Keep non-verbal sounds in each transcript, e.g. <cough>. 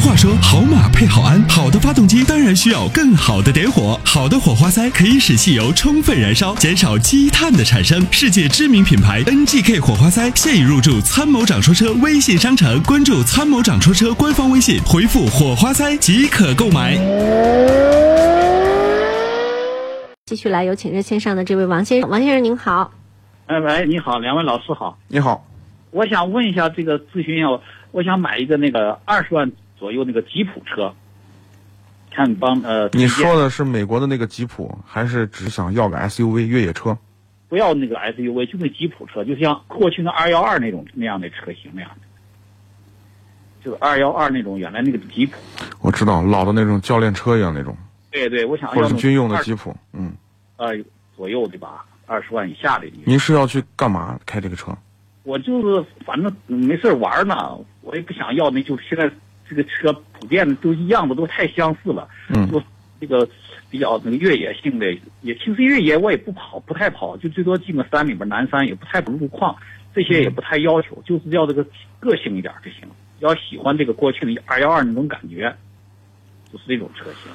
话说，好马配好鞍，好的发动机当然需要更好的点火。好的火花塞可以使汽油充分燃烧，减少积碳的产生。世界知名品牌 NGK 火花塞现已入驻参谋长说车微信商城，关注参谋长说车官方微信，回复火花塞即可购买。继续来有请热线上的这位王先生，王先生您好，哎喂，你好，两位老师好，你好，我想问一下这个咨询一下，我我想买一个那个二十万左右那个吉普车，看你帮呃，推荐你说的是美国的那个吉普，还是只想要个 SUV 越野车？不要那个 SUV，就那吉普车，就像过去那二幺二那种那样的车型那样的，就是二幺二那种原来那个吉普，我知道老的那种教练车一样那种，对对，我想或者是军用的吉吉普。嗯，呃左右对吧？二十万以下的一个，您是要去干嘛开这个车？我就是反正没事儿玩儿呢，我也不想要那，就是现在这个车普遍的都一样的，都太相似了。嗯，就这个比较那个越野性的，也其实越野我也不跑，不太跑，就最多进个山里边，南山也不太路况，这些也不太要求，就是要这个个性一点就行，要喜欢这个过去的二幺二那种感觉，就是这种车型。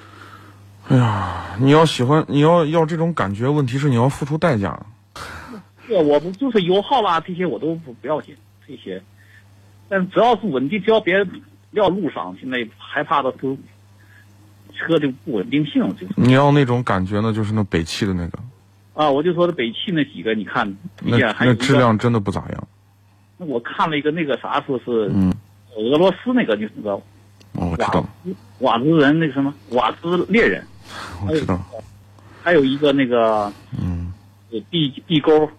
哎呀，你要喜欢，你要要这种感觉，问题是你要付出代价。这我不就是油耗啦，这些我都不不要紧，这些，但只要是稳定，只要别撂路上，现在害怕的都车的不稳定性就是你要那种感觉呢，就是那北汽的那个，啊，我就说的北汽那几个，你看推那荐还有那一个质量真的不咋样。那我看了一个那个啥，说是嗯俄罗斯那个就是那个哦，我知道瓦，瓦兹人那个什么瓦兹猎人，我知道。还有一个那个嗯，呃地地沟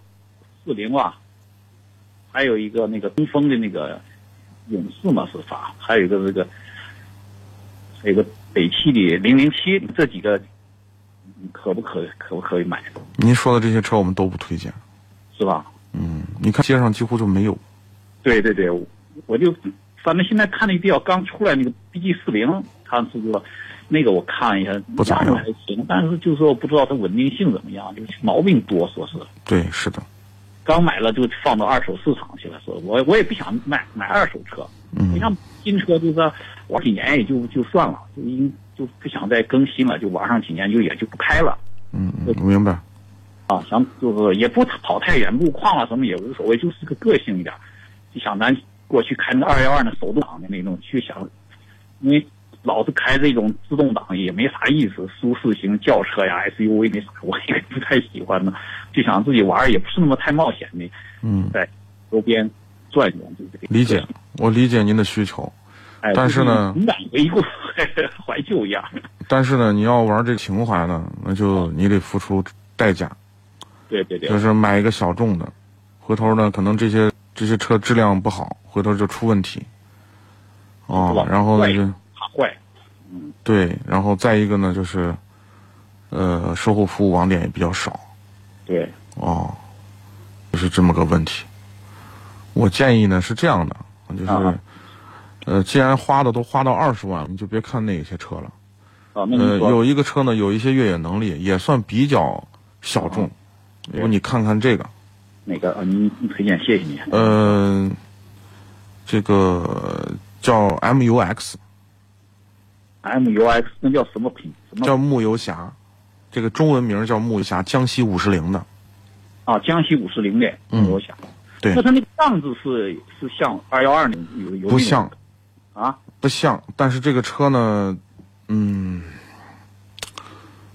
四零吧，还有一个那个东风的那个勇士嘛是啥？还有一个这个还有一个北汽的零零七，这几个嗯可不可可不可以买？您说的这些车我们都不推荐。是吧？嗯，你看街上几乎就没有。对对对，我我就反正现在看那比较刚出来那个 BG 四零，它是个那个我看一下，不咋样样还行，但是就是说不知道它稳定性怎么样，就是毛病多，说是对，是的。刚买了就放到二手市场去了，说我我也不想买买二手车，你嗯，像新车就是说玩几年也就就算了，就因就不想再更新了，就玩上几年就也就不开了。嗯嗯，我明白。啊，想就是也不跑太远，路况啊什么也无所谓，就是个个性一点儿。就想咱过去开那二幺二那手动挡的那种，去想，因为老是开这种自动挡也没啥意思，舒适型轿车呀、SUV 那啥，我也不太喜欢呢。就想自己玩儿，也不是那么太冒险的，嗯，在周边转转，就这个理解，我理解您的需求。哎，但是呢情感回顾 <laughs> 怀旧一样。但是呢，你要玩这个情怀呢，那就你得付出代价，对哦对对就，是买一个小众的，回头呢，可能这些这些车质量不好，回头就出问题，啊、老然后呢坏就怕坏。对，然后再一个呢就是，呃，售后服务网点也比较少，对，哦，就是这么个问题。我建议呢是这样的，就是，啊呃，既然花的都花到二十万，你就别看那些车了。啊，那呃，你说，有一个车呢，有一些越野能力，也算比较小众。要不你看看这个，哪个啊？您您推荐，谢谢你。呃，这个叫 MUX， M U X 那叫什么品？什么叫木游侠，这个中文名叫木游侠，江西五十铃的。啊？江西五十铃的，嗯我想，对那它那个样子是是像二幺二那种有有不像那种啊？不像，但是这个车呢，嗯，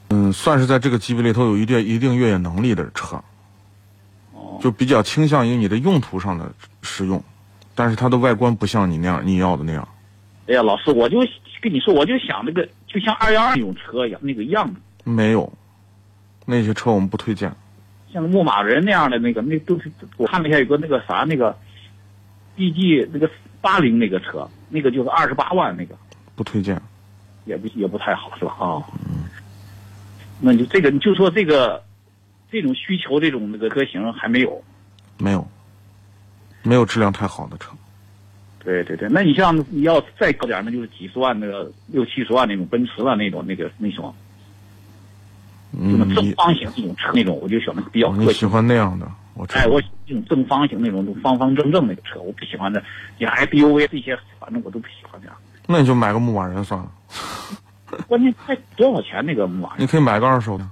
嗯，算是在这个级别里头有一定一定越野能力的车，哦就比较倾向于你的用途上的使用，但是它的外观不像你那样你要的那样。哎呀，老师，我就跟你说，我就想那个，就像二幺二那种车一样，那个样子，没有，那些车我们不推荐。像牧马人那样的那个，那都是我看了一下，有个那个啥那个，B G 那个八零那个车，那个就是二十八万那个，不推荐。也不也不太好，是吧？啊、嗯那就这个，你就说这个，这种需求，这种那个车型还没有。没有，没有质量太好的车。对对对，那你像你要再高点儿，那就是几十万那个六七十万那种奔驰了那种那个那种，就嗯，是正你方形那种车那种，我就选的比较你个喜性。欢那样的？我知道。哎，我喜欢这种正方形那种方方正正那个车，我不喜欢的，你 SUV 这些，反正我都不喜欢这样。那你就买个牧马人算了，关键才多少钱那个牧马你人？可以买个二手的。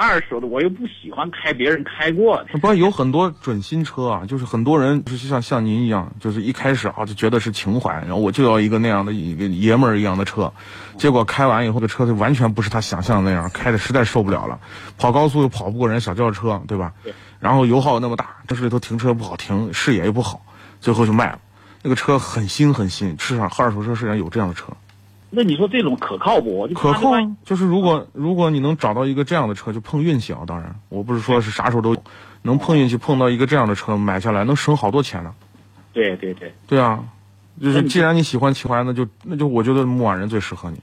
二手的我又不喜欢开别人开过的，不过有很多准新车啊，就是很多人就是像像您一样，就是一开始啊就觉得是情怀，然后我就要一个那样的一个爷们儿一样的车，结果开完以后，这车就完全不是他想象的那样，开的实在受不了了，跑高速又跑不过人小轿车，对吧？对。然后油耗又那么大，城市里头停车不好停，视野又不好，最后就卖了。那个车很新很新，市场二手车市场有这样的车，那你说这种可靠不？我就可怕这靠万一啊。就是如果如果你能找到一个这样的车，就碰运气啊。当然，我不是说是啥时候都有，能碰运气碰到一个这样的车，买下来能省好多钱呢。对对对，对啊，就那是你既然你喜欢情怀，那就那就我觉得牧马人最适合你。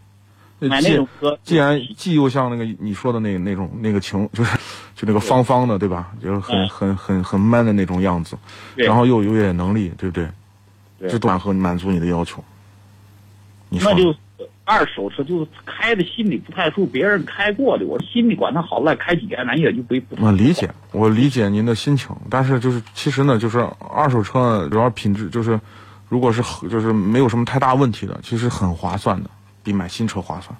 那买那既种车，既然既又像那个你说的那那种那个情，就是就那个方方的，对吧？就是很嗯很很很 man 的那种样子，对然后又有点能力，对不对？对这都满和满足你的要求。你说那呢就是二手车，就是开的心里不太舒服，别人开过的，我心里管它好赖，开几年咱也就不不我啊理解，我理解您的心情，但是就是其实呢，就是二手车呢主要品质就是，如果是合就是没有什么太大问题的，其实很划算的，比买新车划算。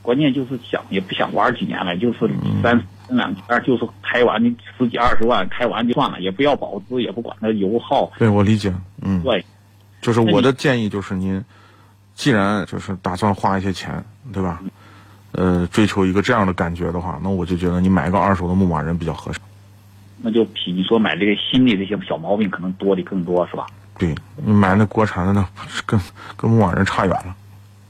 关键就是想也不想玩几年了，就是嗯三三两年，就是开完你十几二十万，开完就算了，也不要保值，也不管它油耗。对我理解，嗯，对，就是那你我的建议就是您，既然就是打算花一些钱，对吧？呃，追求一个这样的感觉的话，那我就觉得你买个二手的牧马人比较合适。那就比你说买这个新的这些小毛病可能多的更多是吧？对，你买那国产的那跟跟牧马人差远了。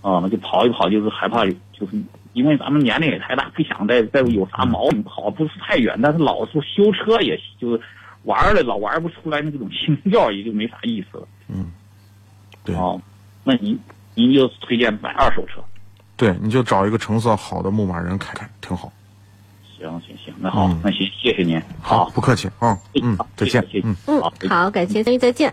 啊、那就跑一跑，就是害怕，就是因为咱们年龄也太大，不想再再有啥毛病，跑不是太远，但是老是修车也就玩儿了，老玩儿不出来那种情调，也就没啥意思了。对，哦，那您您就推荐买二手车？对，你就找一个成色好的牧马人开开，挺好。行行行，那好，嗯那行，谢谢您，不客气啊，嗯，再见，谢谢，嗯。嗯好，再见，好，感谢参与，再见。